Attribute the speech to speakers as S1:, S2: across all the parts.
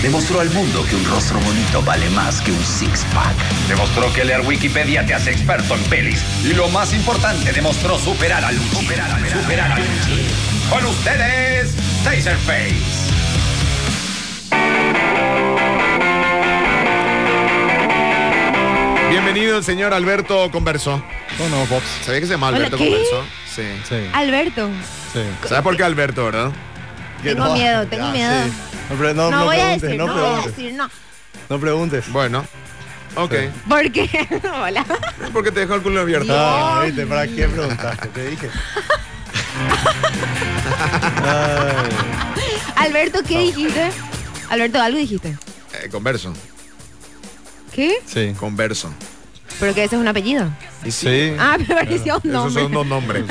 S1: Demostró al mundo que un rostro bonito vale más que un six-pack.
S2: Demostró que leer Wikipedia te hace experto en pelis. Y lo más importante, demostró superar al Luchi. Superar al Luchi. Superar al Luchi. Con ustedes, Taserface.
S3: Bienvenido el señor Alberto Converso.
S4: No, Oh, no, Pops.
S3: ¿Sabía que se llama Alberto
S5: ¿qué?
S3: Converso? Sí.
S4: Sí,
S5: Ah, Alberto,
S4: sí.
S3: ¿Sabes por qué Alberto, verdad?
S5: tengo miedo, tengo miedo.
S4: sí. No, pre- no,
S5: No,
S4: no
S5: voy a
S4: preguntes,
S5: decir, no,
S4: no
S5: voy a
S4: preguntes.
S5: decir, no.
S4: No preguntes.
S3: Bueno. Ok.
S4: Sí.
S5: Porque, hola.
S3: ¿Por qué te dejó el culo abierto?
S4: Ah, viste, ¿para qué preguntaste? Te dije. Ay,
S5: Alberto, ¿qué dijiste? Alberto, algo dijiste.
S3: Eh, converso.
S5: ¿Qué?
S4: sí.
S3: Converso.
S5: Pero que ese es un apellido.
S4: Sí.
S5: Ah, me pareció un
S3: Esos
S5: nombre.
S3: son dos nombres.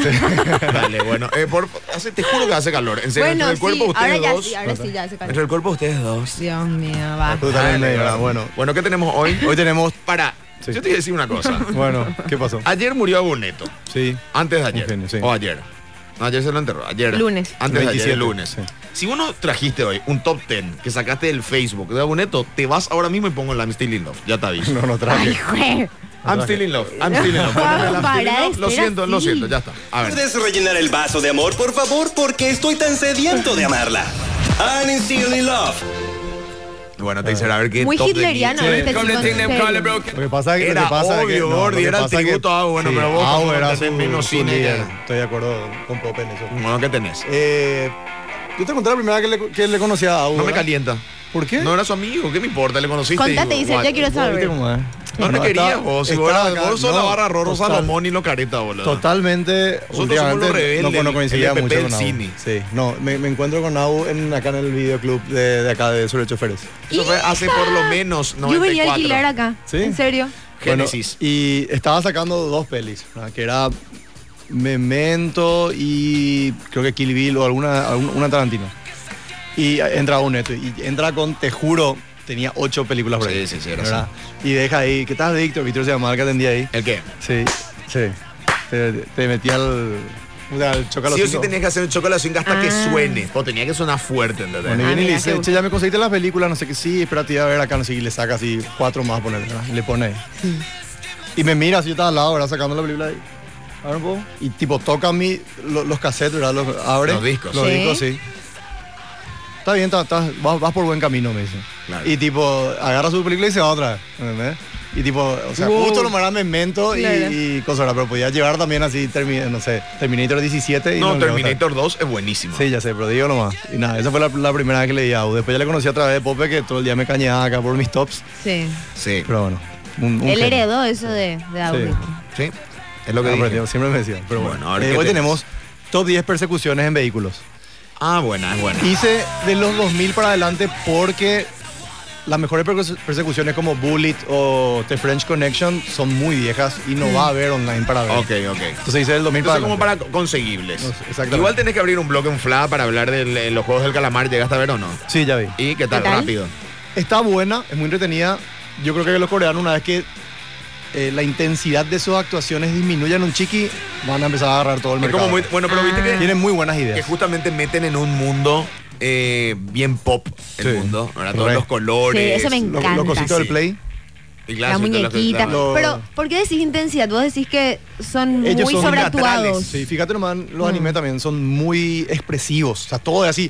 S3: Vale, bueno. Eh, por- hace- te juro que hace calor. En serio,
S5: Bueno,
S3: entre el cuerpo
S5: sí,
S3: de
S5: ahora
S3: ustedes
S5: ya
S3: dos.
S5: sí, ahora sí, ya se calma.
S3: entre el cuerpo de ustedes dos.
S5: Dios mío, va.
S4: Tú también
S3: Dale,
S4: negra,
S3: bravo.
S4: bueno.
S3: Bueno, ¿qué tenemos hoy?
S4: Hoy tenemos...
S3: Para.
S4: Sí.
S3: Yo te voy a decir una cosa.
S4: Bueno, ¿qué pasó?
S3: Ayer murió Boneto.
S4: Sí.
S3: Antes de ayer.
S4: Un genio, sí.
S3: O ayer. No, ayer se lo enterró. Ayer.
S5: Lunes.
S3: Antes de ayer,
S4: 27,
S3: el lunes.
S4: sí.
S3: Si uno trajiste hoy un top 10 que sacaste del Facebook de Boneto, te vas ahora mismo y pongo el I'm Still in Love. Ya te aviso.
S4: No, no
S5: Ay,
S4: traje.
S5: güey.
S3: I'm Still in Love. I'm Still in Love. Poneme el I'm
S5: Para
S3: Still in
S5: de
S3: Love. Lo
S5: ser
S3: siento, lo
S5: así.
S3: siento. Ya está. A ver.
S6: ¿Puedes rellenar el vaso de amor, por favor? Porque estoy tan sediento de amarla. I'm in still in love.
S3: Bueno, te dice a ver qué
S5: Muy
S3: top de
S5: hitleriano, Este
S3: mí.
S4: Sí.
S5: ¿viste? el
S3: Cable
S5: chico en
S3: Tingle,
S5: serio?
S3: cable broken.
S4: Lo que pasa es que lo
S3: Era
S4: que pasa
S3: obvio,
S4: es que,
S3: Gordy, era el tributo a Auer, bueno, pero vos como
S4: era
S3: estás en menos cine, ya.
S4: Estoy de acuerdo con Pop en eso.
S3: Bueno, ¿qué tenés?
S4: Eh, yo te conté la primera vez que le, que le conocí a Auer.
S3: No me calienta.
S4: ¿Por qué?
S3: No era su amigo, ¿qué me importa? Le conociste.
S5: Contate,
S3: digo,
S5: dice,
S3: guay.
S5: yo quiero
S4: Vos viste
S5: saber.
S4: cómo es.
S3: No te
S4: Bueno,
S3: quería
S4: está-
S3: vos, si
S4: está
S3: vos eras-
S4: acá-
S3: vos sos la
S4: no,
S3: barra Rorro
S4: total-
S3: Salomón y lo careta, boludo.
S4: Totalmente,
S3: Nosotros somos los
S4: últimamente, no,
S3: rebeldes,
S4: no coincidía
S3: el LPP
S4: mucho
S3: del
S4: con Au.
S3: cine.
S4: Sí, no, me, me encuentro con Au en, acá en el videoclub de, de acá de Sobre Choferes.
S3: Eso fue hace por lo menos
S5: Yo venía a
S3: 94.
S5: alquilar acá.
S4: ¿Sí?
S5: ¿En serio?
S3: Génesis.
S4: Bueno, y estaba sacando dos pelis, ¿no? que era Memento y creo que Kill Bill o alguna, alguna- una Tarantino. Y entra Boneto y entra con, te juro, tenía ocho películas por ahí.
S3: Sí, sí, sí, era
S4: ¿verdad? Y deja ahí, ¿qué tal Víctor? Víctor se llamaba el que atendía ahí.
S3: ¿El qué?
S4: Sí, sí. Te, te metí al, o sea, al chocar los
S3: Sí o sí
S4: cinco.
S3: tenías que hacer el chocolate sin hasta que
S5: Ah.
S3: suene. O tenía que sonar fuerte,
S4: Bueno, y
S3: ¿entendés?
S5: Ah,
S4: viene y le
S5: mira, qué
S4: dice,
S5: bu-
S4: che, ya me conseguiste las películas, no sé qué, sí, espérate, ya a ver acá, no sé, qué, y le saca así cuatro más a poner, ¿verdad? Y le pone. ahí. Y me mira, así yo estaba al lado, ¿verdad? Sacando la película ahí. A ver un poco. Y tipo, toca a mí lo- los cassettes, ¿verdad? Los abre.
S3: Los discos.
S4: Los
S5: Sí.
S4: discos, sí. Está bien, está- está- vas, vas por buen camino, me dice.
S3: Claro.
S4: Y tipo, agarra su película y se va otra vez, ¿entendés? Y tipo, o sea,
S5: Wow.
S4: justo lo me memento y,
S5: Claro.
S4: y cosas, ¿verdad? Pero podía llevar también así, termi- no sé, Terminator 17. Y
S3: No,
S4: le va a gustar.
S3: Terminator 2 es buenísimo.
S4: Sí, ya sé, pero digo nomás. Y nada, esa fue la, la primera vez que le di a Au. Después ya le conocí a través de Pope, que todo el día me cañaba acá por mis tops.
S5: Sí.
S3: Sí.
S4: Pero bueno, un, un
S5: Él
S4: genio.
S5: heredó eso de, de Audi.
S3: Sí. Es lo que dije.
S4: Aprendió, siempre me decía. Pero bueno,
S3: Bueno, ahora,
S4: eh,
S3: ¿qué
S4: hoy
S3: tenés?
S4: tenemos top 10 persecuciones en vehículos.
S3: Ah, buena, es buena.
S4: Hice de los 2000 para adelante porque las mejores perse- persecuciones como Bullet o The French Connection son muy viejas y
S5: Mm.
S4: no va a haber online para ver.
S3: Ok, ok.
S4: Entonces hice del 2000 para
S3: Entonces, como
S4: adelante.
S3: para conseguibles.
S4: No sé, exactamente.
S3: Igual tenés que abrir un blog en FLA para hablar de le- los juegos del calamar. ¿Llegaste a ver o no?
S4: Sí, ya vi.
S3: ¿Y qué tal?
S5: ¿Qué tal?
S3: Rápido.
S4: Está buena, es muy entretenida. Yo creo que los coreanos, una vez que eh, la intensidad de sus actuaciones disminuyan un chiqui, van a empezar a agarrar todo el
S3: Es
S4: mercado.
S3: como muy. Bueno, pero viste que.
S5: Ah.
S4: Tienen muy buenas
S3: que
S4: ideas.
S3: justamente meten en un mundo eh, bien pop el
S4: Sí.
S3: mundo, ¿verdad? Todos
S4: Re.
S3: los colores.
S5: Sí, eso me
S4: Los,
S5: encanta.
S4: los cositos del
S3: Sí.
S4: play.
S3: Y claro, sí,
S5: La
S3: todas las-
S5: muñequita.
S3: claro.
S4: Lo-
S5: Pero, ¿por qué decís intensidad? Vos decís que son
S4: Ellos
S5: muy
S4: son
S5: sobreactuados. Mm.
S3: teatrales,
S4: Sí, fíjate nomás, los animes también son muy expresivos. O sea, todo es así.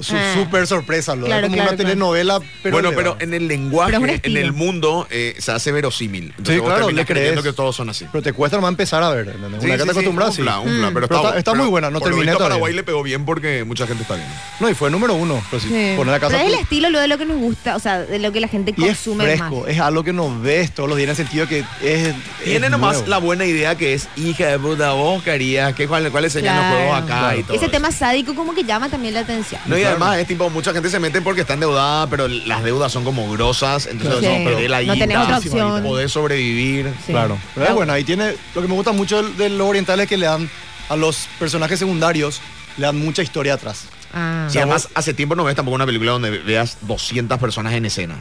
S4: su-
S5: Ah.
S4: Súper sorpresa, lo
S5: Claro,
S4: es como
S5: claro,
S4: una
S5: claro.
S4: telenovela, pero.
S3: bueno,
S4: elevada.
S3: pero en el
S5: Pero es un
S3: lenguaje, en
S5: estilo.
S3: el mundo, eh, se hace verosímil. Entonces
S4: Sí,
S3: vos
S4: claro,
S3: terminás
S4: le crees.
S3: creyendo que todos son así.
S4: Pero te cuesta nomás empezar a ver. ¿entendés? Una
S3: Sí,
S4: vez que
S3: sí,
S4: te
S3: sí,
S4: acostumbras,
S3: un
S4: sí.
S3: plan, un
S5: Mm.
S3: plan, pero,
S4: Pero está- está muy buena, no
S3: por lo
S4: terminé
S3: visto a
S4: todavía.
S3: Paraguay le pegó bien porque mucha gente está viendo.
S4: No, y fue número uno. Pero si
S5: Sí.
S4: pones la casa.
S5: Pero es el
S4: tú-
S5: estilo lo de lo que nos gusta, o sea, de lo que la gente
S4: y es
S5: consume
S4: fresco, es algo que no ves todos los días en el sentido que es.
S3: Tiene
S4: es
S3: nomás
S4: nuevo.
S3: la buena idea que es, hija de puta, vos querías, que cuál- cuáles serían los
S5: Claro.
S3: juegos acá y todo.
S5: Ese
S3: eso.
S5: tema sádico como que llama también la atención.
S3: No, y además es tipo, mucha gente se mete porque está endeudada, pero las deudas son como grosas, entonces
S5: Sí.
S3: no, perdés la
S5: No
S3: guita,
S5: tenés otra opción.
S3: podés sobrevivir.
S5: Sí.
S4: Claro. Pero es bueno, ahí tiene. Lo que me gusta mucho de, de los orientales es que le dan a los personajes secundarios, le dan mucha historia atrás.
S5: Ah.
S3: Y además, hace tiempo no ves tampoco una película donde veas 200 personas en escena.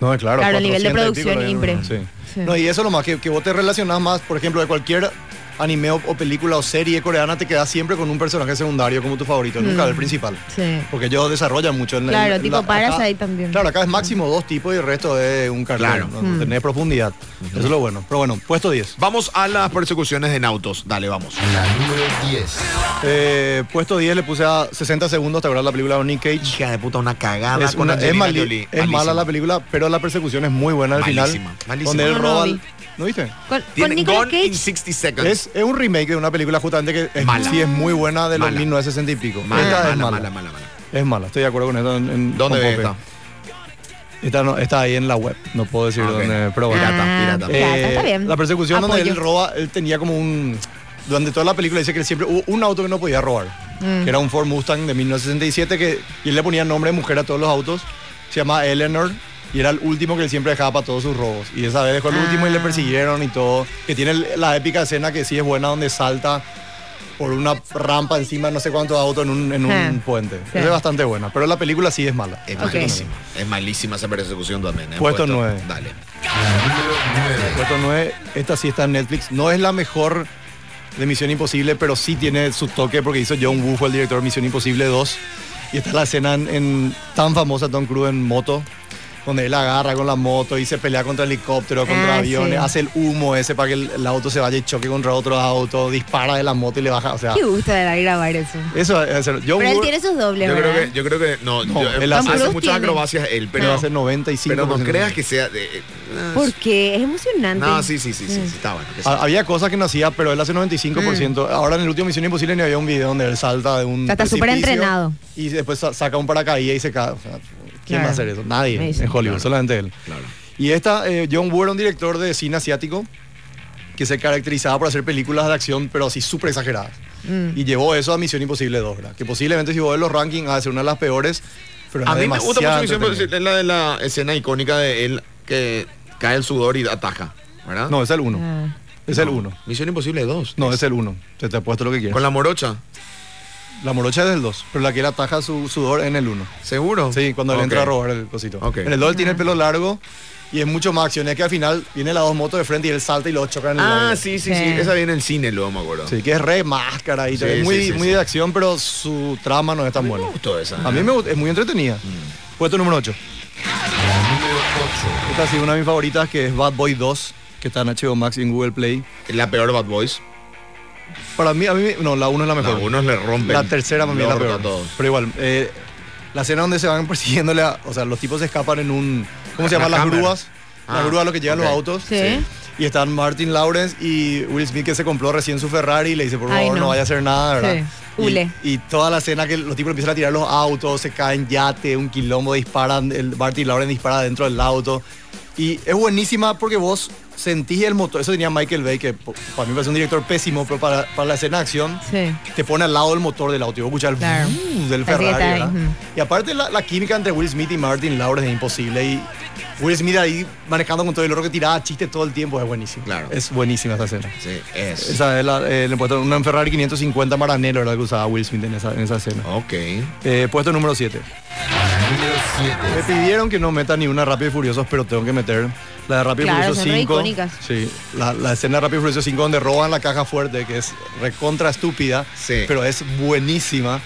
S4: No, claro.
S5: Claro, el nivel de 400 y pico, producción lo de impre. uno,
S4: Sí.
S5: sí.
S4: No, y eso es lo más que, que vos te relacionás más, por ejemplo, de cualquier anime o, o película o serie coreana te quedas siempre con un personaje secundario como tu favorito, nunca
S5: Mm.
S4: el principal.
S5: Sí.
S4: Porque ellos desarrollan mucho en
S5: Claro,
S4: en
S5: tipo
S4: acá-
S5: Parasite también. Mm.
S4: Claro, acá es máximo dos tipos y el resto es un cartón.
S3: Claro.
S4: ¿no? Tenés profundidad. Eso es lo bueno. Pero bueno, puesto 10.
S3: Vamos a las persecuciones en autos. Dale, vamos.
S7: La número 10.
S4: Eh, puesto 10 le puse a 60 segundos, ¿te acuerdas la película de Nick Cage?
S3: Hija de puta, una cagada
S4: Es, una- es
S3: Ah, Angelina
S4: mali-
S3: Jolie.
S4: es mala
S3: Malísima.
S4: la película, pero la persecución es muy buena al
S3: Malísima,
S4: final.
S3: malísima.
S4: Donde él
S5: No, no
S4: roba.
S5: vi.
S4: el- ¿No viste?
S5: Con, con
S3: Tiene
S5: Nicolas
S3: Gone in
S5: Cage.
S3: 60 Seconds.
S4: Es, es un remake de una película justamente que es,
S3: Mala.
S4: sí es muy buena de los
S3: Mala.
S4: 1960 y pico.
S3: mala,
S4: Esta
S3: mala,
S4: es
S3: mala,
S4: mala.
S3: mala, mala,
S4: Es mala, estoy de acuerdo con esto. en- en-
S3: ¿Dónde
S4: con
S3: ves
S4: Pope.
S3: esta?
S4: Esta no, está ahí en la web, no puedo decir
S3: Ah, ok.
S4: dónde, pero bueno.
S3: Pirata, pirata. Eh,
S5: Plata, Ah, está bien.
S4: Eh, La persecución donde
S5: Apoyo.
S4: él roba, él tenía como un... Durante toda la película dice que él siempre hubo un auto que no podía robar,
S5: Mm.
S4: que era un Ford Mustang de 1967, que, y él le ponía nombre de mujer a todos los autos, se llama Eleanor, y era el último que él siempre dejaba para todos sus robos. Y esa vez dejó el último y le
S5: Ah.
S4: persiguieron y todo, que tiene el- la épica escena que sí es buena, donde salta por una rampa encima de no sé cuántos autos en un, en un
S5: Ah.
S4: puente.
S5: Sí.
S4: Esa es bastante buena, pero la película sí es mala.
S3: Es
S5: Ok.
S3: malísima. Es malísima esa persecución también. ¿eh?
S4: Puesto nueve.
S3: Dale.
S7: La número 9.
S4: Puesto 9, esta sí está en Netflix. No es la mejor de Misión Imposible, pero sí tiene su toque porque hizo John Woo, fue el director de Misión Imposible 2. Y está la escena en, en- tan famosa Tom Cruise en moto, donde él agarra con la moto y se pelea contra helicópteros, contra
S5: Ah,
S4: aviones,
S5: sí.
S4: hace el humo ese para que el, el auto se vaya y choque contra otro auto, dispara de la moto y le baja. O sea,
S5: Qué gusto de la grabar eso.
S4: eso es hacer- John
S5: Pero él
S4: Woo
S5: tiene sus dobles,
S3: Yo creo,
S5: ¿verdad?
S3: que, yo creo que no,
S4: No,
S3: yo-
S4: él
S5: hace-
S3: hace
S5: Tom
S3: muchas
S5: Cruise
S3: acrobacias él,
S5: Ah.
S4: pero
S3: pero,
S4: hace 95%.
S3: pero no creas que sea de... eh,
S5: Porque es emocionante.
S3: No, sí, sí, sí, sí, sí, está bueno. que sí.
S4: Ha- Ah, Había cosas que no hacía, pero él hace
S3: Mm.
S4: 95%. Ahora en el último Misión Imposible ni había un video donde él salta de un.
S5: O sea, está
S4: precipicio
S5: superentrenado.
S4: Y después sa- saca un paracaídas y se cae. O sea, ¿Quién
S5: Claro.
S4: va a hacer eso? Nadie
S5: Amazing.
S4: en Hollywood,
S3: Claro.
S4: solamente él.
S3: Claro.
S4: Y esta, eh, John Woo era un director de cine asiático que se caracterizaba por hacer películas de acción, pero así súper exageradas.
S5: Mm.
S4: Y llevó eso a Misión Imposible 2, ¿verdad? Que posiblemente si vos ves los rankings, va a ser una de las peores. Pero
S3: A
S4: era
S3: mí me gusta mucho
S4: demasiado
S3: que siempre-
S4: entretenida.
S3: es la de la escena icónica de él que cae el sudor y ataja, ¿verdad?
S4: No, es el 1.
S5: Ah.
S4: Es el 1.
S3: Misión Imposible 2.
S4: No, es el 1. Se te ha puesto lo que quieras.
S3: Con la morocha,
S4: La morocha es del 2, pero la que él ataja su sudor en el 1.
S3: seguro.
S4: Sí, cuando
S3: Ok.
S4: le entra a robar el cosito.
S3: Ok.
S4: En el 2 él
S3: Ah.
S4: tiene el pelo largo y es mucho más acción. Es que al final viene las dos motos de frente y él salta y los chocan en el
S3: Ah,
S4: aire.
S3: sí, sí, sí,
S5: Sí.
S3: Esa viene en el cine, luego me acuerdo.
S4: Sí, que es re máscara y
S3: Sí,
S4: todo. es
S3: sí,
S4: muy,
S3: sí,
S4: muy
S3: sí.
S4: de acción, pero su trama no es tan buena.
S3: Me gustó esa. ¿eh? Mm.
S4: A mí me gusta, es muy entretenida. Puesto número 8.
S7: La número 8.
S4: Esta ha sido una de mis favoritas que es Bad Boy 2, que está en HBO Max y en Google Play.
S3: La peor Bad Boys.
S4: Para mí, a mí, no, la 1 es la mejor.
S3: Algunos le rompen.
S4: La tercera para mí es la
S3: orto
S4: peor.
S3: a todos.
S4: Pero igual, eh, la escena donde se van persiguiéndole, a- o sea, los tipos se escapan en un, ¿cómo se
S3: Una
S4: llama? Las
S3: cámara.
S4: grúas.
S3: Ah,
S4: las grúas lo que llevan
S3: ok.
S4: los autos.
S5: Sí. Sí.
S4: Y están Martin Lawrence y Will Smith que se compró recién su Ferrari y le dice, por favor,
S5: Ay,
S4: no.
S5: no.
S4: vaya a hacer nada, ¿verdad?
S5: Sí.
S4: Y-
S5: Hule.
S4: Y, toda la escena que los tipos empiezan a tirar los autos, se caen yate, un quilombo, disparan, el Martin Lawrence dispara dentro del auto. Y es buenísima porque vos sentís el motor. Eso tenía Michael Bay, que po- para mí parece un director pésimo, pero para, para la escena de acción
S5: Sí.
S4: te pone al lado del motor del auto. Y vos escuchás el
S5: Claro.
S4: "Bum" del
S5: Así que
S4: Ferrari.
S5: está ahí,
S4: ¿verdad?
S5: ujú.
S4: Y aparte la, la química entre Will Smith y Martin Lawrence es imposible. Y Will Smith ahí manejando con todo el oro que tiraba chistes todo el tiempo es buenísimo.
S3: Claro.
S4: Es buenísima esta escena.
S3: Sí, es.
S4: Esa es la, eh, le puesto una Ferrari 550 Maranello, era la que usaba Will Smith en esa, en esa escena.
S3: Ok.
S4: Eh, puesto número 7.
S7: La número
S4: Me
S7: 7.
S4: pidieron que no meta ni una Rápido y Furiosos, pero tengo que meter la de Rápido
S5: Claro,
S4: y Furioso
S5: son re
S4: 5.
S5: icónicas.
S4: Sí, la, la escena de Rápido y Furioso 5 donde roban la caja fuerte, que es recontra estúpida,
S3: Sí.
S4: pero es buenísima,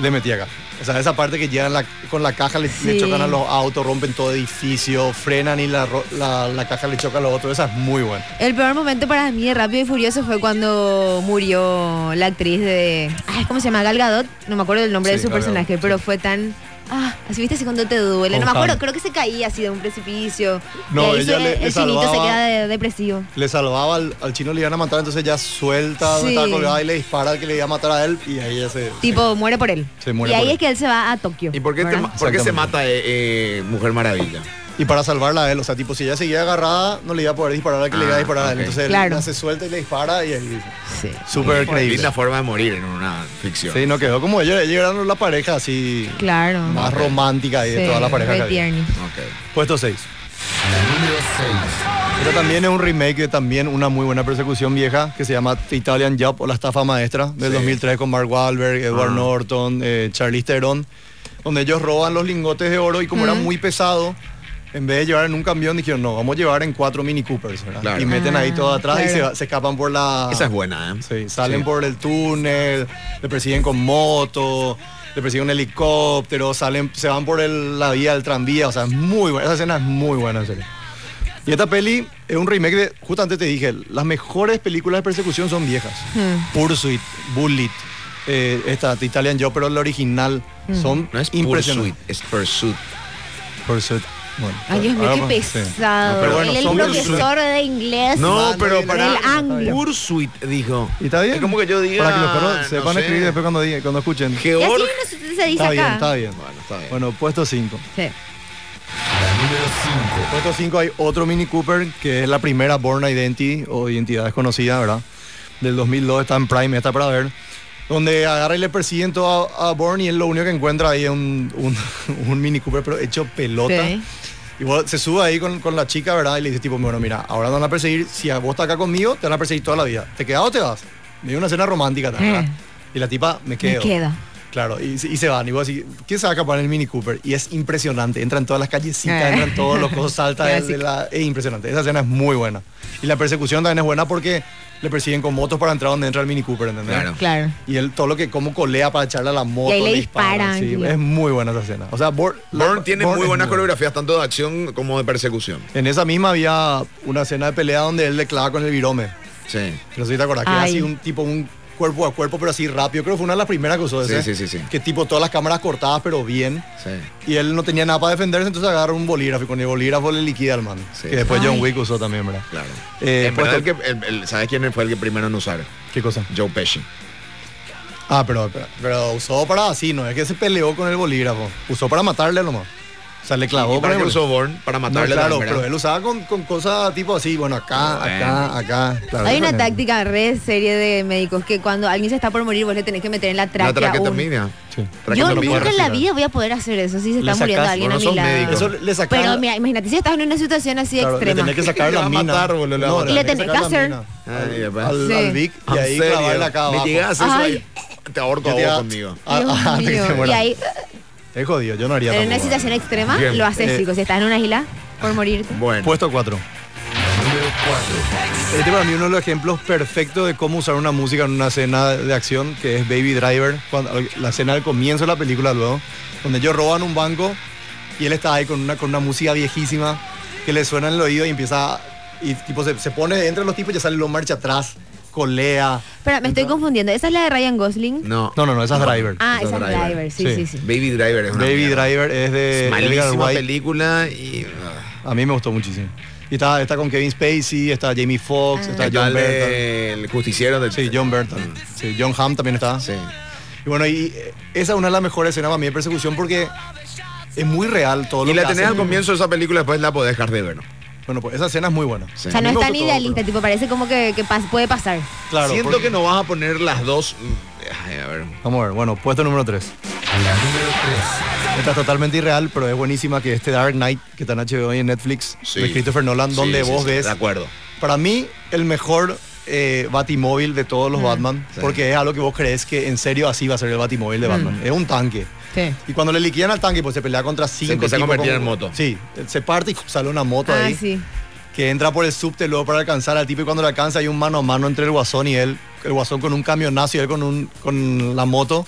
S4: le metí acá. O sea, esa parte que llegan la- con la caja, le, le
S5: Sí.
S4: chocan a los autos, rompen todo edificio, frenan y la, ro- la- la caja le choca a los otros, esa es muy buena.
S5: El peor momento para mí de Rápido y Furioso fue cuando murió la actriz de. Ay, ¿Cómo se llama? Gal Gadot. No me acuerdo el nombre
S4: Sí,
S5: de su
S4: Gal Gadot,
S5: personaje,
S4: sí.
S5: pero fue tan. Ah, así viste así cuando te duele. No me
S4: Con
S5: acuerdo,
S4: Han.
S5: creo que se caía así de un precipicio.
S4: No,
S5: y ahí
S4: ella
S5: se-
S4: le-
S5: el
S4: le
S5: chinito se
S4: salvaba-
S5: queda de- depresivo.
S4: Le salvaba al, al chino, le iban a matar, entonces ella suelta,
S5: Sí.
S4: donde estaba colgada y le dispara al que le iba a matar a él y ahí ella se...
S5: Tipo, muere por él.
S4: Se muere
S5: y ahí
S4: por él.
S5: es que él se va a Tokio.
S3: ¿Y por qué, te
S5: ¿verdad?
S3: ma- por qué se
S4: Exactamente.
S3: mata eh, eh, Mujer Maravilla?
S4: Y para salvarla a él, o sea, tipo, si ella seguía agarrada, no le iba a poder disparar al que le iba
S3: Ah,
S4: a disparar a
S3: ok.
S4: él. Entonces él
S5: Claro.
S4: la se suelta y le dispara y ahí.
S5: Sí.
S4: Súper
S3: Linda forma de morir en una ficción.
S4: Sí, no quedó como ellos, ellos eran la pareja así
S5: Claro.
S4: más romántica y de
S5: Sí,
S4: toda la pareja
S5: re
S4: que había.
S5: tierni.
S3: Ok.
S4: Puesto 6.
S7: La número 6.
S4: Esta también es un remake de también una muy buena persecución vieja que se llama The Italian Job o La Estafa Maestra del
S3: Sí.
S4: 2003 con Mark Wahlberg, Edward
S3: Ah.
S4: Norton, eh, Charlize Theron, donde ellos roban los lingotes de oro y como era muy pesado, En vez de llevar en un camión, dijeron, no, vamos a llevar en cuatro Mini Coopers, ¿verdad?
S3: Claro.
S4: Y meten ahí
S5: Ah,
S4: todo atrás y se,
S5: claro.
S4: va- se escapan por la...
S3: Esa es buena, ¿eh?
S4: Sí, salen
S3: Sí.
S4: por el túnel, le persiguen con moto, le persiguen un helicóptero, salen, se van por el- la vía del tranvía, o sea, es muy buena, esa escena es muy buena, en serio. Y esta peli es un remake de, justo antes te dije, las mejores películas de persecución son viejas.
S5: Hmm.
S4: Pursuit, Bullet, eh, esta Italian Job, pero la original,
S5: Hmm.
S4: son
S3: No es
S4: impresionantes.
S3: Pursuit, es Pursuit.
S4: Pursuit. Bueno,
S5: Ay, Dios mío,
S4: ahora
S5: qué
S4: vamos- Ah, pues, sí.
S5: pesado.
S4: No, pero bueno,
S5: Él es el
S4: son
S5: profesor de inglés.
S3: No, pero
S5: del
S3: para
S5: anglo.
S3: Pursuit dijo.
S4: ¿Y está bien?
S3: Es como que yo diga.
S4: Para que los perros
S3: no
S4: sepan
S3: sé,
S4: escribir después cuando, diga- cuando escuchen.
S5: Y así
S3: Georg.
S5: no se, se dice
S4: Está
S5: acá.
S4: bien, está bien.
S3: Bueno, está bien.
S4: Bueno, puesto 5.
S5: Sí.
S7: La número 5.
S4: Puesto 5 hay otro Mini Cooper que es la primera Born Identity o identidad desconocida, ¿verdad? Del 2002 está en Prime, está para ver. Donde agarra y le persiguen todo a, a Born y él lo único que encuentra ahí es un, un- un Mini Cooper pero hecho pelota.
S5: Sí.
S4: Y vos se sube ahí con, con la chica, ¿verdad? Y le dice tipo, bueno, mira, ahora no van a perseguir, si a vos estás acá conmigo, te van a perseguir toda la vida. ¿Te quedas o te vas? Me dio una escena romántica, ¿verdad?
S5: Eh.
S4: Y la tipa, me
S5: Me
S4: quedo.
S5: queda.
S4: Claro, y, se- y se van. Y vos así, ¿quién se va a escapar en el Mini Cooper? Y es impresionante. Entran todas las callecitas,
S5: Eh.
S4: entran todos los cosas, salta de- de
S5: Clásico.
S4: la- Es impresionante. Esa escena es muy buena. Y la persecución también es buena porque le persiguen con motos para entrar donde entra el Mini Cooper, ¿entendés?
S3: Claro.
S5: Claro.
S4: Y él todo lo que como colea para echarle a la moto.
S5: ahí le disparan,
S4: disparan, sí.
S5: tío.
S4: es muy buena esa escena. O sea, Born, la-
S3: Bourne tiene
S4: Bourne
S3: muy
S4: es
S3: buenas
S4: buena.
S3: coreografías, tanto de acción como de persecución.
S4: En esa misma había una escena de pelea donde él le clava con el virome.
S3: Sí.
S4: No sé si te acordás, que era
S5: Ay.
S4: así un tipo, un cuerpo a cuerpo, pero así rápido. Creo que fue una de las primeras que usó
S3: Sí,
S4: ese.
S3: sí, sí, sí.
S4: Que tipo todas las cámaras cortadas, pero bien.
S3: Sí.
S4: Y él no tenía nada para defenderse, entonces agarra un bolígrafo y con el bolígrafo le liquida al man.
S3: Sí.
S4: que después
S5: Ay.
S4: John Wick usó también, ¿verdad?
S3: Claro.
S4: Eh,
S3: En verdad,
S4: puesto-
S3: el que, el- el- ¿Sabes quién fue el que primero en usar?
S4: ¿Qué cosa?
S3: Joe Pesci.
S4: Ah, pero, pero, pero usó para así, no es que se peleó con el bolígrafo. Usó para matarle nomás. O sea, le clavó
S3: ¿Y para
S4: el
S3: qué
S4: bolígrafo.
S3: usó Bourne? Para
S4: No,
S3: matarle
S4: claro,
S3: también,
S4: pero
S3: ¿verdad?
S4: él usaba con, con cosas tipo así, bueno, acá,
S3: Ah, Bueno.
S4: acá, acá. Claro,
S5: Hay
S4: eso
S5: una
S4: también.
S5: táctica re serie de médicos que cuando alguien se está por morir vos le tenés que meter en la
S3: La
S5: tráquea. un-
S3: traquetamina.
S4: Sí.
S5: Yo
S3: Traqueotomía.
S5: nunca en la
S4: retirar.
S5: vida voy a poder hacer eso si se
S4: Le
S5: está muriendo
S4: sacás-
S5: alguien
S3: vos no
S5: a mi
S3: sos
S5: lado.
S3: médico.
S4: Eso le sacaba-
S5: Pero mira, imagínate si estás en una situación así
S4: Claro, Le
S5: extrema.
S4: tenés que sacar
S3: Le va
S4: la
S3: a
S4: mina.
S3: matar, boludo, le va a
S5: matar. Y le tenés que hacer.
S3: Ay, papá.
S4: Al,
S5: Sí.
S4: al Vic y
S3: ¿En
S4: ahí
S3: serio?
S4: clavarla acá abajo.
S3: Me llegas eso
S5: Ay.
S3: ahí. Te ahorco a
S4: Yo te-
S3: vos conmigo.
S4: Ah,
S5: Dios
S4: ah, antes que se
S5: mío.
S4: muera.
S5: Y ahí,
S4: Es jodido, yo no haría
S5: en una
S4: tampoco.
S5: situación extrema,
S3: Bien.
S5: lo haces,
S4: Eh. ah,
S5: chicos. Si estás en una isla por morirte.
S3: Bueno.
S4: Puesto 4.
S7: Número 4.
S4: Este para mí uno de los ejemplos perfectos de cómo usar una música en una escena de acción, que es Baby Driver, cuando, la escena del comienzo de la película luego, donde ellos roban un banco y él está ahí con una, con una música viejísima que le suena en el oído y empieza, a- y tipo se, se pone entre los tipos y ya sale lo marcha atrás, colea.
S5: Espera, me estoy confundiendo. ¿Esa es la de Ryan Gosling?
S3: no.
S4: No, no, no, esa es Driver.
S5: Ah,
S3: Esa
S5: esa
S3: es
S5: es
S3: Driver.
S5: Driver. Sí, sí, sí.
S3: Baby Driver es una
S4: Baby
S3: mierda.
S4: Driver es de Edgar
S3: Malísima
S4: Wright.
S3: película y. ah,
S4: A mí me gustó muchísimo. Y está, está con Kevin Spacey, está Jamie Foxx,
S5: Ah.
S4: está
S3: Está
S4: John
S3: el
S4: Bertal.
S3: de- el justiciero de Mm,
S4: Sí, John Burton. Sí, John Hamm también está.
S3: Sí.
S4: Y bueno, y eh, esa es una de las mejores escenas para mí de persecución porque es muy real todo lo
S3: Y la
S4: que
S3: tenés
S4: hacen.
S3: al comienzo de esa película, después la podés dejar de ver. ¿no?
S4: Bueno, pues esa escena es muy buena.
S3: Sí.
S5: O sea, no
S4: A mí
S5: es
S4: me
S5: tan
S4: gustó todo,
S5: idealista,
S4: pero-
S5: tipo, parece como que, que pas- puede pasar.
S4: Claro. pues.
S3: Siento
S4: porque-
S3: que no vas a poner las dos. mm, ay, a ver.
S4: Vamos a ver, bueno, puesto número 3.
S7: La número
S4: Esta es totalmente irreal, pero es buenísima que este Dark Knight que está en HBO y en Netflix
S3: Sí.
S4: de Christopher Nolan,
S3: Sí,
S4: donde
S3: sí,
S4: vos
S3: sí,
S4: ves
S3: De acuerdo.
S4: Para mí, el mejor eh, Batimóvil de todos los Batman,
S3: Mm. Sí. Mm.
S4: porque es algo que vos crees que en serio así va a ser el Batimóvil de Batman. Es un tanque.
S5: Sí.
S4: Y cuando le liquidan al tanque, pues se pelea contra cinco.
S3: empieza a
S4: tipos
S3: convertir
S4: con-
S3: en moto.
S4: Sí, se parte y sale una moto
S5: Ah,
S4: ahí.
S5: sí.
S4: Que entra por el subte luego para alcanzar al tipo y cuando lo alcanza hay un mano a mano entre el guasón y él. El guasón con un camionazo y él con, un, con la moto.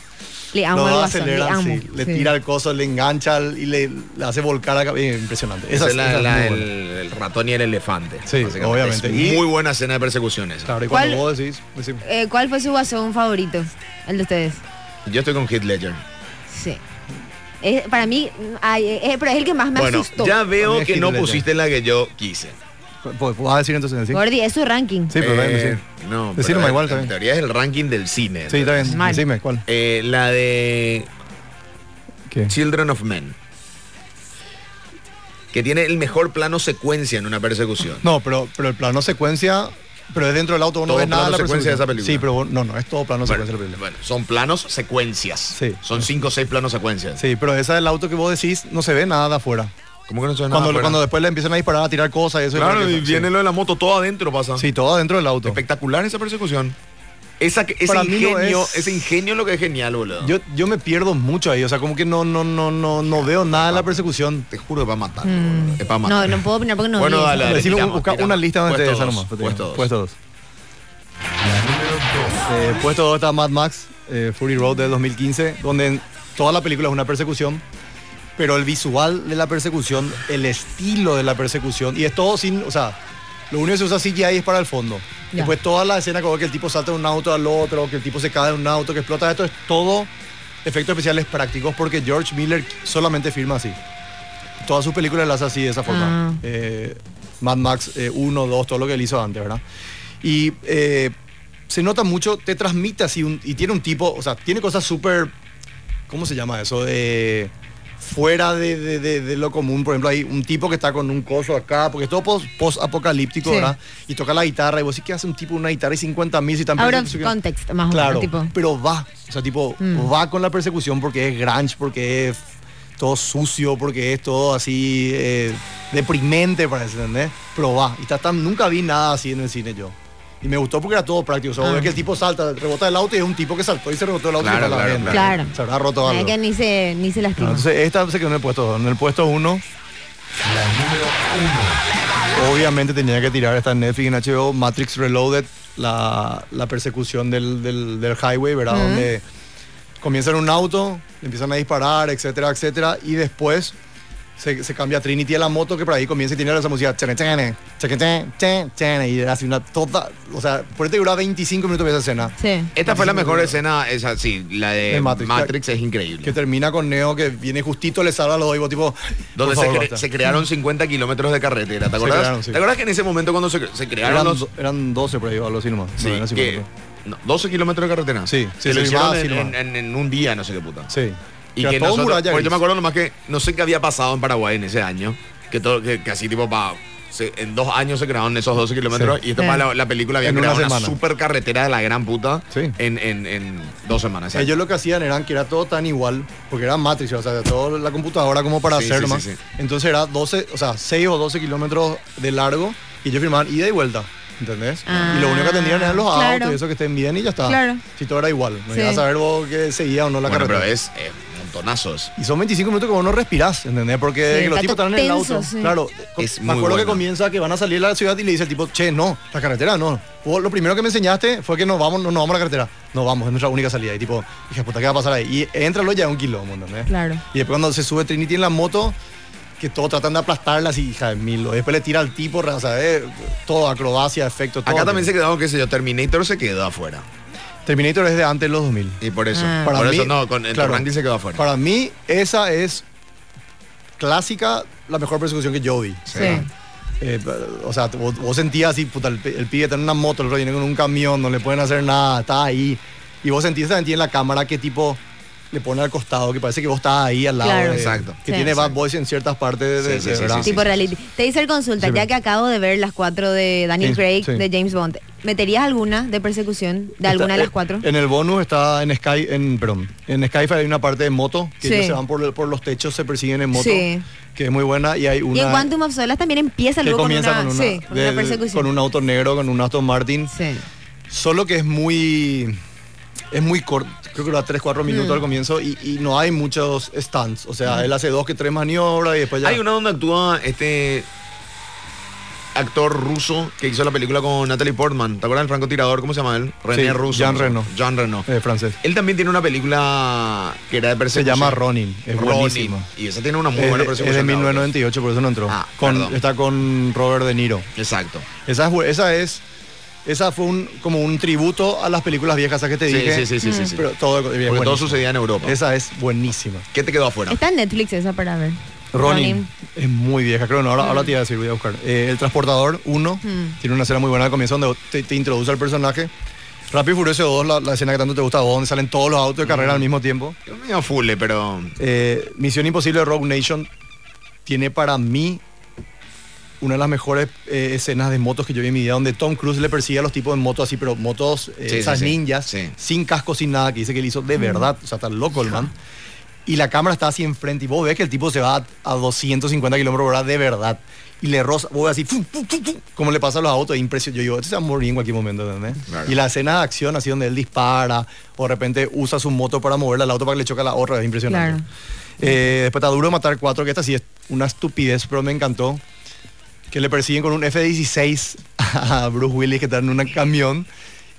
S5: Le amo
S4: Los
S5: al
S4: dos
S5: guasón, le
S4: aceleran,
S5: amo.
S4: sí. Le
S5: Sí.
S4: tira el coso, le engancha al- y le, le hace volcar. la cab- eh, impresionante.
S3: Esa es la,
S4: esa
S3: la-
S4: muy
S3: el,
S4: buena.
S3: el ratón y el elefante.
S4: Sí,
S3: básicamente.
S4: obviamente.
S3: Es
S4: Y-
S3: muy buena escena de persecución esa.
S4: Claro, y cuando
S5: ¿Cuál-
S4: vos decís... decís-
S5: Eh, ¿Cuál fue su guasón favorito? El de ustedes.
S3: Yo estoy con Heath Ledger.
S5: Sí. Es- para mí, ay, eh, eh, pero es el que más me
S3: bueno,
S5: asustó.
S3: ya veo
S4: También
S3: que
S4: Heath
S3: no
S4: Ledger.
S3: pusiste la que yo quise.
S4: ¿Puedo- puedo pues, decir entonces? ¿sí?
S5: Gordy, es su ranking.
S4: Sí, pero
S3: Eh,
S4: dame, sí.
S3: No,
S4: Decirlo
S3: pero
S4: igual
S3: en-
S4: también.
S3: En teoría es el ranking del cine.
S4: Sí, está bien.
S5: Mal.
S4: Decime, ¿cuál?
S3: Eh, la de
S4: ¿Qué?
S3: Children of Men. Que tiene el mejor plano secuencia en una persecución.
S4: No, pero, pero el plano secuencia, pero es dentro del auto, vos no
S3: Todo
S4: ves nada de la
S3: plano secuencia de esa
S4: persecución.
S3: película.
S4: Sí, pero vos- no, no, es todo plano
S3: Bueno,
S4: secuencia de la película.
S3: bueno, son planos secuencias.
S4: Sí.
S3: Son cinco o seis planos secuencias.
S4: Sí, pero esa del auto que vos decís, no se ve nada de afuera.
S3: ¿Cómo que no se ve nada
S4: cuando,
S3: afuera?
S4: cuando después le empiezan a disparar, a tirar cosas y eso.
S3: Claro,
S4: es lo
S3: y
S4: que- sí.
S3: viene lo de la moto, todo adentro pasa.
S4: Sí, todo dentro del auto.
S3: Espectacular esa persecución. Esa, que- ese,
S4: Para mí no
S3: ingenio,
S4: es-
S3: ese ingenio es lo que es genial, boludo.
S4: Yo, yo me pierdo mucho ahí, o sea, como que no, no, no, no, no veo nada en la persecución.
S3: te juro que va a matar.
S5: Mm.
S3: boludo. Es para
S5: No,
S3: matar.
S5: no puedo opinar porque no
S3: Bueno,
S5: vi eso.
S3: dale, dale.
S4: Decirle,
S3: tiramos,
S4: busca
S3: tiramos.
S4: una lista donde
S3: Puesto
S4: esa
S3: dos,
S4: nomás.
S3: puesto dos.
S4: Puesto dos.
S7: La número 2.
S4: Eh, puesto 2 está Mad Max, eh, Fury Road del 2015, donde en toda la película es una persecución, pero el visual de la persecución, el estilo de la persecución, y es todo sin, o sea, lo único que se usa CGI es para el fondo.
S5: Ya.
S4: Después toda la escena como que el tipo salta de un auto al otro, que el tipo se cae de un auto, que explota, esto es todo efectos especiales prácticos porque George Miller solamente firma así. Todas sus películas las hace así, de esa forma.
S5: Ah.
S4: Eh, Mad Max eh, 1, 2, todo lo que él hizo antes, ¿verdad? Y eh, se nota mucho, te transmite así, un- y tiene un tipo, o sea, tiene cosas súper, ¿cómo se llama eso? Eh, fuera de, de- de- de lo común, por ejemplo, hay un tipo que está con un coso acá, porque es todo pos- post-apocalíptico,
S5: Sí.
S4: ¿verdad? Y toca la guitarra, y vos sí que hace un tipo una guitarra y 50 mil si están
S5: Ahora
S4: perdiendo-
S5: context, más o menos.
S4: Claro,
S5: Tipo.
S4: pero va. O sea, tipo,
S5: Mm.
S4: va con la persecución porque es grunge, porque es todo sucio, porque es todo así eh, deprimente, parece, ¿entendés? Pero va. Y está tan, nunca vi nada así en el cine yo. Y me gustó porque era todo práctico. O sea, vos
S5: Ah.
S4: ves que el tipo salta, rebota el auto y es un tipo que saltó y se rebotó el auto
S3: Claro,
S4: y se
S3: claro,
S4: la
S5: claro.
S4: Se habrá roto
S5: Ay,
S4: algo.
S5: que ni se, ni se
S4: No,
S5: lastima.
S4: entonces, esta se quedó en el puesto dos. En el puesto 1,
S7: La número 1.
S4: obviamente tenía que tirar esta en Netflix y en HBO, Matrix Reloaded, la, la persecución del, del- del highway, ¿verdad?
S5: Ujú.
S4: Donde comienzan en un auto, le empiezan a disparar, etcétera, etcétera, y después se, se cambia a Trinity a la moto que por ahí comienza y tiene esa música chene, chene, chene, chene, chene, chene, y hace una toda, o sea, por eso te dura 25 minutos esa escena.
S5: sí.
S3: Esta fue la mejor escena, esa sí, la de,
S4: De Matrix.
S3: Matrix, es increíble.
S4: Que termina con Neo que viene justito, le salva a los oídos, tipo.
S3: Donde
S4: por
S3: se,
S4: favor,
S3: cre-
S4: basta.
S3: se crearon 50 kilómetros de carretera, ¿te acordás?
S4: crearon, sí.
S3: ¿Te acordás que en ese momento cuando se, se crearon
S4: eran,
S3: los...
S4: do- eran 12 por ahí, o algo así nomás.
S3: Sí,
S4: No, eran
S3: que-
S4: 50.
S3: no, 12 kilómetros de carretera.
S4: Sí, sí,
S3: Que lo
S4: sí,
S3: hicieron
S4: más,
S3: en,
S4: sí, más.
S3: en- en- en un día, no sé qué puta.
S4: Sí.
S3: Y
S4: Era
S3: que
S4: todo
S3: nosotros,
S4: muralla
S3: porque yo
S4: gris.
S3: me acuerdo nomás que no sé qué había pasado en Paraguay en ese año, que todo que, que así tipo pa, se- en dos años se crearon esos 12 kilómetros
S4: Sí.
S3: y esta
S5: Sí.
S3: pa, la, la película había
S4: En una
S3: creado una,
S4: semana.
S3: super carretera de la gran puta
S4: Sí.
S3: en, en- en dos semanas.
S4: Ellos lo que hacían eran que era todo tan igual, porque era Matrix, o sea, toda la computadora como para
S3: Sí,
S4: hacer
S3: sí, sí,
S4: más.
S3: sí.
S4: Entonces era 12, o sea, 6 o 12 kilómetros de largo y ellos firmaban ida y vuelta, ¿entendés?
S5: Ah,
S4: y lo único que tenían eran los
S5: claro.
S4: autos y eso que estén bien y ya está.
S5: Claro.
S4: Si todo era igual, no
S5: Sí.
S4: ibas a saber vos que seguía o no la
S3: bueno, pero
S4: carretera.
S3: es eh, montonazos.
S4: Y son 25 minutos que vos no respirás, ¿entendés? Porque
S5: Sí,
S4: que los
S5: está
S4: tipos
S5: todo
S4: están en el
S5: tenso,
S4: auto.
S5: sí.
S4: Claro,
S3: Es
S4: me
S3: muy
S4: acuerdo que
S3: buena.
S4: comienza que van a salir a la ciudad y le dice el tipo, che, no, la carretera no. Vos lo primero que me enseñaste fue que no vamos, no, no vamos a la carretera. No vamos, es nuestra única salida. Y tipo, dije, puta, ¿qué va a pasar ahí? Y entralo ya un kilómetro, ¿entendés?
S5: Claro.
S4: Y después cuando se sube Trinity en la moto, que todos tratan de aplastarla así, hija de mil. Y después le tira al tipo, o sea, eh, todo, acrobacia, efecto, todo.
S3: Acá también se quedó, qué sé yo, Terminator se quedó afuera.
S4: Terminator es de antes de los 2000.
S3: Y por eso,
S5: Ah.
S3: por eso no, con el
S4: claro,
S3: ranking se quedó afuera.
S4: Para mí, esa es clásica, la mejor persecución que yo vi.
S5: Sí.
S4: Eh, o sea, vos, vos sentías así, puta, el, pi- el pibe está en una moto, el otro viene con un camión, no le pueden hacer nada, está ahí. Y vos sentís también en la cámara que tipo le pone al costado, que parece que vos estás ahí al lado.
S5: Claro.
S4: de-
S3: Exacto.
S4: Que
S5: Sí.
S4: tiene
S3: Exacto.
S4: Bad Boys en ciertas partes de,
S3: Sí, sí,
S4: de-
S3: sí,
S4: ¿verdad?
S3: sí,
S5: Tipo
S3: sí.
S5: reality. Te hice el consulta,
S4: Sí,
S5: ya
S4: pero-
S5: que acabo de ver las cuatro de Daniel
S4: Sí,
S5: Craig,
S4: sí.
S5: de James Bond. ¿Meterías alguna de persecución? ¿De alguna de
S4: Está-
S5: las cuatro?
S4: Eh, En el bonus está en Sky, en, perdón, en Skyfire hay una parte de moto, que
S5: Sí.
S4: ellos se van por, por los techos, se persiguen en moto,
S5: Sí.
S4: que es muy buena, y hay una...
S5: y en Quantum of Solace también empieza
S4: que
S5: luego con
S4: comienza
S5: una,
S4: con una,
S5: sí, con
S4: del-
S5: una persecución.
S4: con un auto negro, con un Aston Martin.
S5: Sí.
S4: Solo que es muy. Es muy corto, creo que dura 3, 4 minutos al comienzo y, y no hay muchos stunts. O sea, él hace dos que tres maniobras y después ya.
S3: Hay una donde actúa este actor ruso que hizo la película con Natalie Portman. ¿Te acuerdas del francotirador? ¿Cómo se llama él? René
S4: Sí,
S3: Russo.
S4: Jean Reno.
S3: Jean Reno.
S4: eh, francés.
S3: Él también tiene una película que era de
S4: Se
S3: persecución.
S4: llama Ronin. Es
S3: Ronin.
S4: buenísimo.
S3: Y esa tiene una muy
S4: Es de,
S3: buena
S4: es de
S3: persecución.
S4: 1998, por eso no entró.
S3: Ah,
S4: Con-
S3: perdón.
S4: está con Robert De Niro.
S3: Exacto.
S4: Esa es, bu- esa es. Esa fue un, como un tributo a las películas viejas esas que te
S3: Sí,
S4: dije. Mm.
S3: sí, sí, sí, sí, sí.
S4: Pero todo,
S3: Porque
S4: buenísimo.
S3: todo sucedía en Europa.
S4: Esa es buenísima.
S3: ¿Qué te quedó afuera?
S5: Está en Netflix esa para ver.
S4: Ronin. Es muy vieja, creo. No, ahora, ahora te iba a decir, voy a buscar. Eh, el Transportador 1
S5: Mm.
S4: tiene una escena muy buena al comienzo donde te, te introduce al personaje. Rápido y Furioso 2, la, la escena que tanto te gusta a vos, donde salen todos los autos de carrera al mismo tiempo.
S3: Yo medio full, pero.
S4: Eh, Misión Imposible de Rogue Nation tiene para mí una de las mejores eh, escenas de motos que yo vi en mi vida, donde Tom Cruise le persigue a los tipos de motos así, pero motos, eh,
S3: Sí, sí,
S4: esas
S3: sí.
S4: ninjas,
S3: Sí.
S4: sin casco, sin nada, que dice que él hizo de verdad, o sea, está loco el man. y la cámara está así enfrente y vos ves que el tipo se va a, a 250 kilómetros por hora de verdad y le roza, vos ves así, ¡fum, fum, fum, fum! como le pasa a los autos, es impresionante. Yo digo, este se va a morir en cualquier momento, ¿entendés?
S3: Claro.
S4: Y la escena de acción así donde él dispara o de repente usa su moto para moverla al auto para que le choque a la otra, es impresionante.
S5: Claro.
S4: Eh, después está duro matar cuatro, que esta sí es una estupidez, pero me encantó. Que le persiguen con un F-16 a Bruce Willis que está en un camión.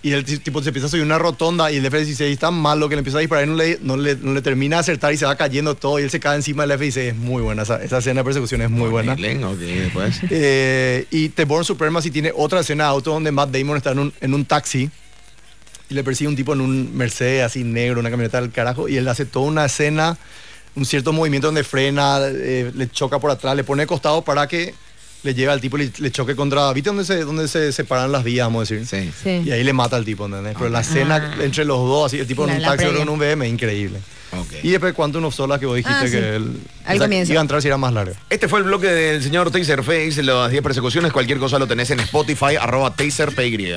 S4: Y el ti- tipo se empieza a subir una rotonda y el F-16 tan malo que le empieza a disparar y no le, no le- no le termina de acertar y se va cayendo todo y él se cae encima del F-16. Es muy buena, esa, esa escena de persecución es muy buena.
S3: Len, ok, pues. después.
S4: Eh, y The Born Supremacy tiene otra escena de auto donde Matt Damon está en un, en un taxi y le persigue un tipo en un Mercedes así negro, una camioneta del carajo, y él hace toda una escena, un cierto movimiento donde frena, eh, le choca por atrás, le pone de costado para que le lleve al tipo y le, le choque contra... ¿Viste dónde se, dónde se separan las vías, vamos a decir?
S3: Sí.
S5: Sí.
S4: Y ahí le mata al tipo, ¿entendés? Pero la escena entre los dos, así, el tipo
S5: La-
S4: en un
S5: la
S4: taxi, otro
S5: previa.
S4: en un BM, increíble.
S3: Ok.
S4: Y después cuánto unos solas que vos dijiste
S5: Ah, sí.
S4: que él...
S5: Al comienzo.
S4: Iba a entrar si era más largo.
S3: Este fue el bloque del señor Taserface, las 10 persecuciones. Cualquier cosa lo tenés en Spotify, arroba TaserPY.